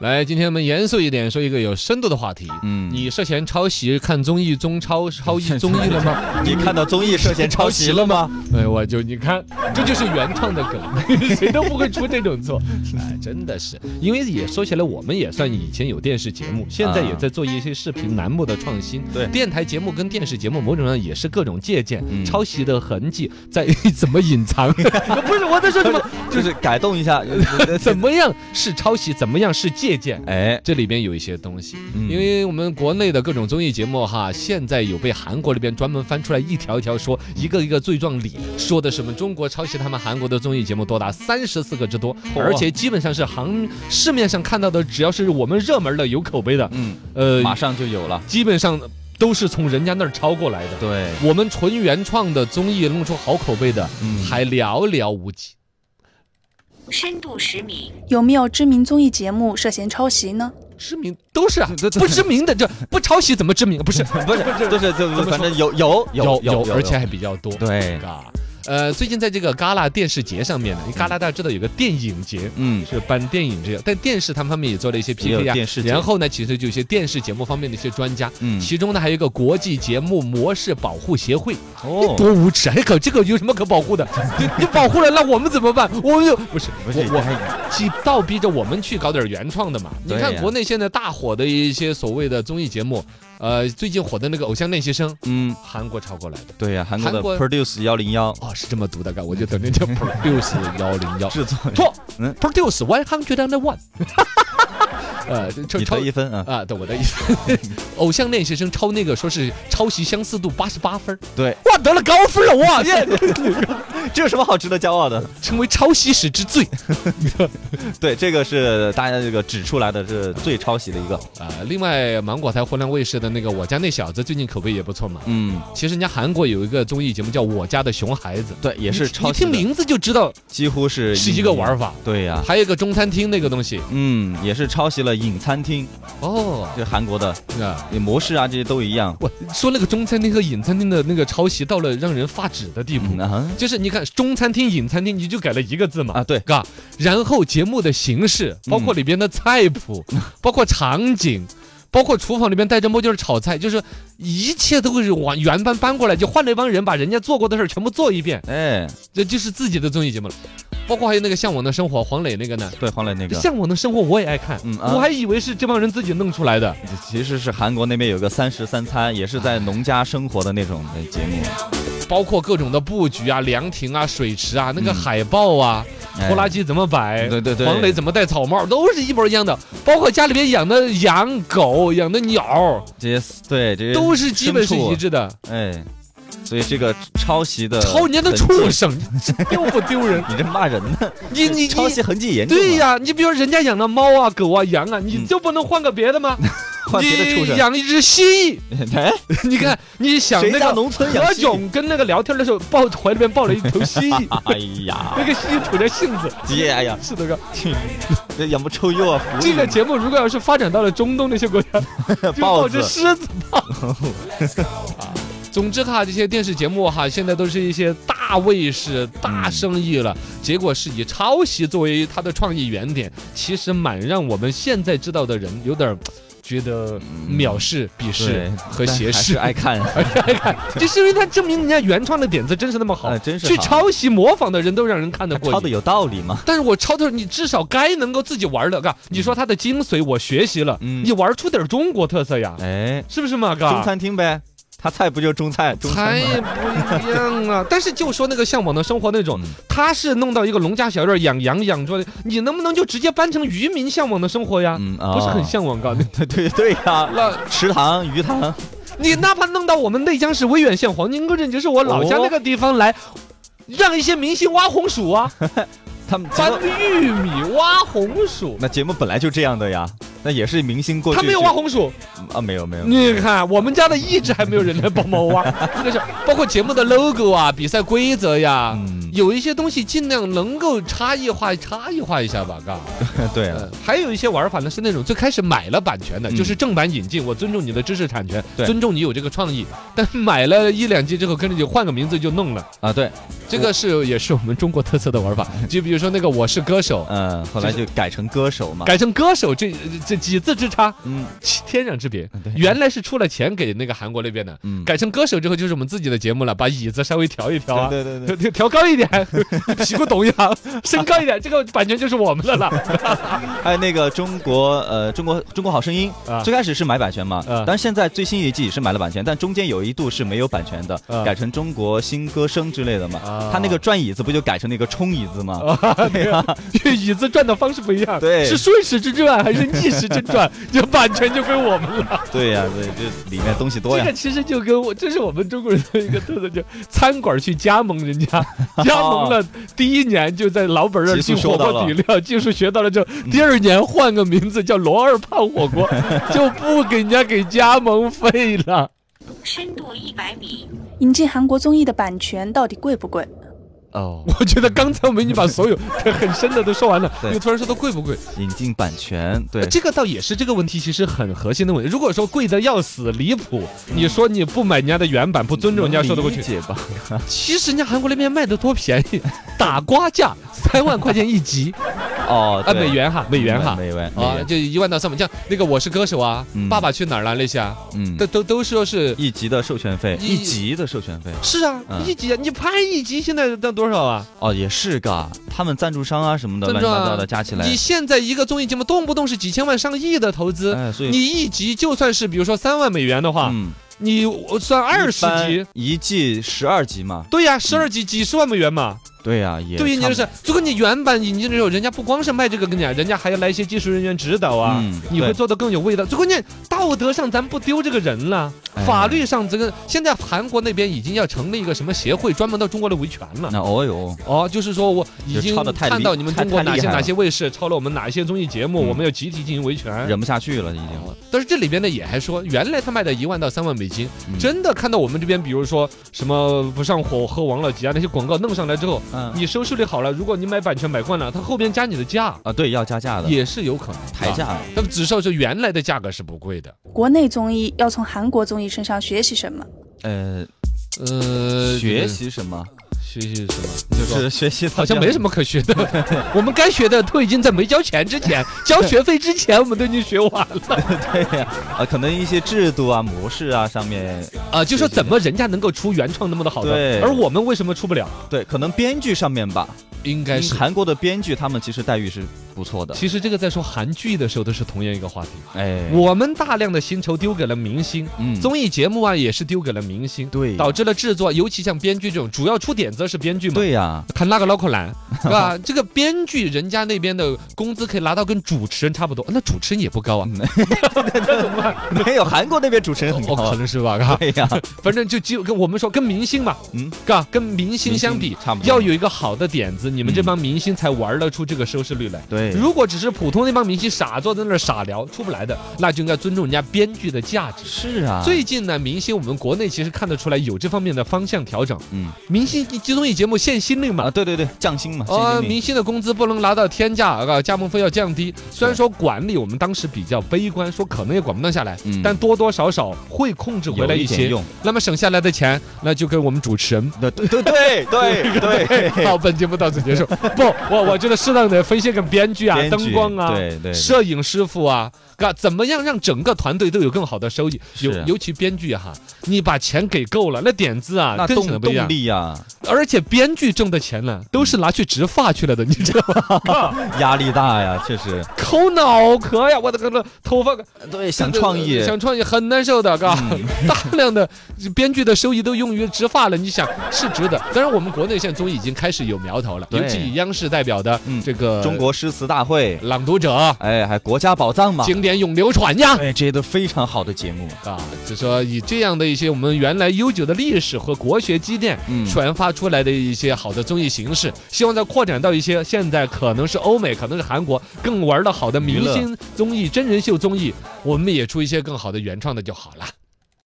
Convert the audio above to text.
来，今天我们严肃一点，说一个有深度的话题。嗯你涉嫌抄袭看综艺中超超一综艺了 吗？你看到综艺涉嫌抄袭了吗？ 哎，我就你看，这就是原创的梗， 谁都不会出这种错。哎，真的是，因为也说起来，我们也算以前有电视节目，现在也在做一些视频栏目的创新。啊对电台节目跟电视节目某种上也是各种借鉴，嗯抄袭的痕迹在于怎么隐 藏。不是我在说什么，就是改动一下。 怎么样是抄袭，怎么样是借鉴。哎，这里边有一些东西，嗯因为我们国内的各种综艺节目哈，现在有被韩国那边专门翻出来一条一条说，一个一个罪状理，说的什么中国抄袭他们韩国的综艺节目多达三十四个之多，嚯而且基本上是行市面上看到的，只要是我们热门的有口碑的，嗯，呃，马上就有了。基本上都是从人家那儿抄过来的。对，我们纯原创的综艺弄出好口碑的，嗯还寥寥无几。深度十米，有没有知名综艺节目涉嫌抄袭呢？知名都是啊这，这不知名 的这不抄袭怎么知名？不是不是，就是就么是，说反正有有 有有，有，而且还比较多。对，啊，呃，最近在这个戛纳电视节上面呢，因为戛纳大家知道有个电影节。嗯，是办电影这个，但电视他们方面也做了一些也有 PK 呀、电视节然后呢，其实就有一些电视节目方面的一些专家，嗯其中呢还有一个国际节目模式保护协会，哦多无耻！还搞这个有什么可保护的？你你保护了，那我们怎么办？我们就不是不是我我还既倒逼着我们去搞点原创的嘛。你对呀看国内现在大火的一些所谓的综艺节目，呃，最近火的那个《偶像练习生》，嗯，韩国抄过来的。对呀，韩国的韩国 Produce 幺零幺哦，是这么读的，嘎，我就等着叫 produce 幺零幺，制作，错嗯，produce one hundred and one，呃，抄你抄得一分啊，啊，对，我的意思， 偶像练习生抄那个说是抄袭相似度八十八分儿，对，哇，得了高分了， 哇，耶，这有什么好值得骄傲的？成为抄袭史之最。对，这个是大家这个指出来的，是最抄袭的一个。啊，另外芒果台湖南卫视的那个《我家那小子》最近口碑也不错嘛。嗯，其实人家韩国有一个综艺节目叫《我家的熊孩子》，对，也你是你抄袭听的，嗯名字就知道几乎是是一个玩法。法。对呀、还有一个中餐厅那个东西，嗯，也是抄袭了影餐厅，哦，这韩国的啊。模式啊，这些都一样。我说那个中餐厅和影餐厅的那个抄袭到了让人发指的地步，嗯啊就是你看中餐厅、影餐厅，你就改了一个字嘛，啊，对，嘎，然后节目的形式，包嗯括里边的菜 谱，包括场景。包括厨房里边带着摸就是炒菜，就是一切都是往原班搬过来，就换了一帮人把人家做过的事儿全部做一遍，哎，这就是自己的综艺节目了。包括还有那个《向往的生活》，黄磊那个呢，对，黄磊那《个，向往的生活》我也爱看，嗯啊我还以为是这帮人自己弄出来的。其实是韩国那边有个三食三餐，也是在农家生活的那种的节目。包括各种的布局啊、凉亭啊、水池啊、那个海报啊、嗯哎拖拉机怎么摆，对对对黄磊怎么戴草帽，都是一模一样的。包括家里边养的羊、狗、养的鸟，这些对这些都是基本是牲畜一致的。哎，所以这个抄袭的抄人家的痕迹畜，生， 丢不丢 人？你这骂人呢？你你抄袭你。痕迹严重啊。对呀，你比如人家养的猫啊、狗啊、羊啊，你就不能换个别的吗？嗯 换别的畜你生。养一只蜥蜴， 哎，你看你想谁那家个农村养何蜥蜴？，炅跟那个聊天的时候抱怀里边抱了一头蜥蜴 哎呀那，个蜥蜴吐着信子，姐，哎呀，是的哥。这养不出又 要狐这个狸，节目如果要是发展到了中东那些国 家，就豹抱子着狮子吧。啊总之哈，这些电视节目哈，现在都是一些大卫视、大生意了。结果是以抄袭作为它的创意原点，其实蛮让我们现在知道的人有点儿觉得藐视、鄙视嗯和对哎但斜还视是。爱 看。就是因为它证明人家原创的点子真是那么好哎，真是去好抄袭模仿的人都让人看得过抄瘾的。有道理吗？但是我抄的时候，你至少该能够自己玩的，嘎。你说它的精髓我学习了，嗯你玩出点中国特色呀，哎，是不是嘛，中嘎？餐厅呗，他菜不就是中菜？中才餐吗也不一样啊！ 但是就说那个向往的生活那种嗯，他是弄到一个农家小院养羊养猪的，你能不能就直接搬成渔民向往的生活呀？嗯啊不是很向往， 嘎。对对对呀。那池塘、鱼塘，你哪怕弄到我们内江市威远县黄金沟镇，就是我老家那个地方来。让一些明星挖红 薯啊，他们节搬目玉米挖红薯，那节目本来就这样的呀。那也是明星过去他没有挖红薯。啊，没有没 有，你看，我们家的一直还没有人来帮忙挖， 这个是包括节目的 logo 啊，比赛规则呀，嗯有一些东西尽量能够差异化，差异化一下吧，嘎。对啊嗯，还有一些玩法呢，是那种最开始买了版权的，嗯就是正版引进，我尊重你的知识产权，对尊重你有这个创意， 但买了一两季之后，跟着就换个名字就弄了，啊对，这个是也是我们中国特色的玩法。就比如说那个《我是歌手》，嗯，后来就改成歌手嘛，改成歌手，这这几字之差，嗯其天壤之别对。原来是出了钱给那个韩国那边的，嗯，改成歌手之后就是我们自己的节目了，把椅子稍微调一调啊。对对 对对，调调高一点，屁股动一 下，升高一点，这个版权就是我们的了。还哎有那个中国呃中国中国好声音啊，最开始是买版权嘛，啊但是现在最新一季是买了版权，但中间有一度是没有版权的啊，改成中国新歌声之类的嘛啊，他那个转椅子不就改成那个冲椅子吗？ 对 啊，因为椅子转的方式不一样，对是顺时针转 还是逆时针转，这版权就归我们了。对呀，对，这里面东西多这呀个，其实就跟我，这是我们中国人的一个特色，就餐馆去加盟人家， 加盟了第一年就在老板那儿技术进火学到锅了底料， 技术学到了之后，第二年换个名字叫罗二胖火锅， 就不给人家给加盟费了。深度一百米，引进韩国综艺的版权到底贵不贵？哦， 我觉得刚才我们已经把所有很深的都说完了，对又突然说到贵不贵，引进版权，对，这个倒也是这个问题，其实很核心的问题。如果说贵的要死，离谱，你说你不买人家的原版，不尊重人家，说得过理去。解吧？其实人家韩国那边卖的多便宜，打瓜价三万块钱一集哦，啊，对美元哈，美元哈。美元，美啊，元，就一万到三万，像那个《我是歌手》啊，嗯爸爸去哪儿啦》那些啊，嗯都，都都说是一集的授权费，一一集的授权费，是啊，嗯一集啊，你拍一集现在到多少啊？哦，也是嘎，他们赞助商啊什么的，赞乱助七啊八糟的加起来，你现在一个综艺节目动不动是几千万上亿的投资，哎，所以你一集就算是比如说三万美元的话，嗯，你我算二十集一般，一季十二集嘛，对呀、十二集几十万美元嘛。对呀，也对于你差就不是，如果你原版引进的时候，人家不光是卖这个跟你讲，人家还要来一些技术人员指导啊，嗯你会对做的更有味道。最关键，道德上咱不丢这个人了，哎法律上这个现在韩国那边已经要成立一个什么协会，专门到中国来维权了。那哦哟，哦，就是说我已就经抄得太看厉到你们太中国太厉哪些害哪了些卫视抄了我们哪些综艺节目，嗯我们要集体进行维权。忍不下去了已经，哦但是这里边呢也还说，原来他卖的一万到三万美金，嗯真的看到我们这边，比如说什么不上火喝王老吉啊那些广告弄上来之后，嗯你收视率好了，如果你买版权买惯了，它后边加你的价啊，对，要加价的，也是啊有可能的抬。价，那么只是说原来的价格是不贵的，国内综艺要从韩国综艺身上学习什么？呃，呃，学这个习什么？学习什么？就说是学 习好像没什么么，可学的，我们该学的都已经在没交钱之 前、交学费之前，我们都已经学完了。对呀，啊，可能一些制度啊、模式啊上面， 啊，就说怎么人家能够出原创那么的好的对，而我们为什么出不了？对，可能编剧上面吧，嗯应该是。韩国的编剧他们其实待遇是不错的，其实这个在说韩剧的时候都是同样一个话题。哎，我们大量的薪酬丢给了明星，嗯综艺节目啊也是丢给了明星，对导致了制作，尤其像编剧这种，主要出点子是编剧嘛。对呀，看那个脑壳 烂，是吧？这个编剧人家那边的工资可以拿到跟主持人差不多，那主持人也不高啊，没有韩国那边主持人很哦，可高，能是吧？嘎，嗯 对呀，反正就就跟我们说跟明星嘛，嗯，嘎，跟明星相明比星差不，多嗯要有一个好的点子，你们这帮明星才玩得出这个收视率来。对， 如果只是普通那帮明星傻坐在那儿傻聊出不来的，那就应该尊重人家编剧的价值。是啊，最近呢，明星我们国内其实看得出来有这方面的方向调整。嗯明星综艺节目限薪令嘛啊，，对对对，降薪嘛，呃，限薪明令星的工资不能拿到天价，啊，加盟费要降低。虽然说管理我们当时比较悲观，说可能也管不到下来，嗯但多多少少会控制回来有一点些用。那么省下来的钱，那就给我们主持 人。对对对对 对对，好，本节目到此结束。不，我我觉得适当的分些给编剧啊、编剧灯光啊、对对，摄影师傅啊，嘎，怎么样让整个团队都有更好的收益？是尤尤其编剧哈，你把钱给够了，那点子啊那更省得动不一动样。力啊嗯呀，而且编剧挣的钱呢，都是拿去植发去了的，你知道 吗？压力大呀，确实，抠脑壳呀，我的个那头发对，想创嗯意，想创意很难受的，嘎， 大量的编剧的收益都用于植发了，你想是值得？当然，我们国内现在综艺已经开始有苗头了，对尤其以央视代表的嗯这个中国诗词大会，朗读者，哎，还国家宝藏嘛，经典永流传呀。哎，这些都非常好的节目。啊，就说以这样的一些我们原来悠久的历史和国学积淀，嗯传发出来的一些好的综艺形式，希望再扩展到一些现在可能是欧美，可能是韩国更玩的好的明星综艺、真人秀综艺，我们也出一些更好的原创的就好了。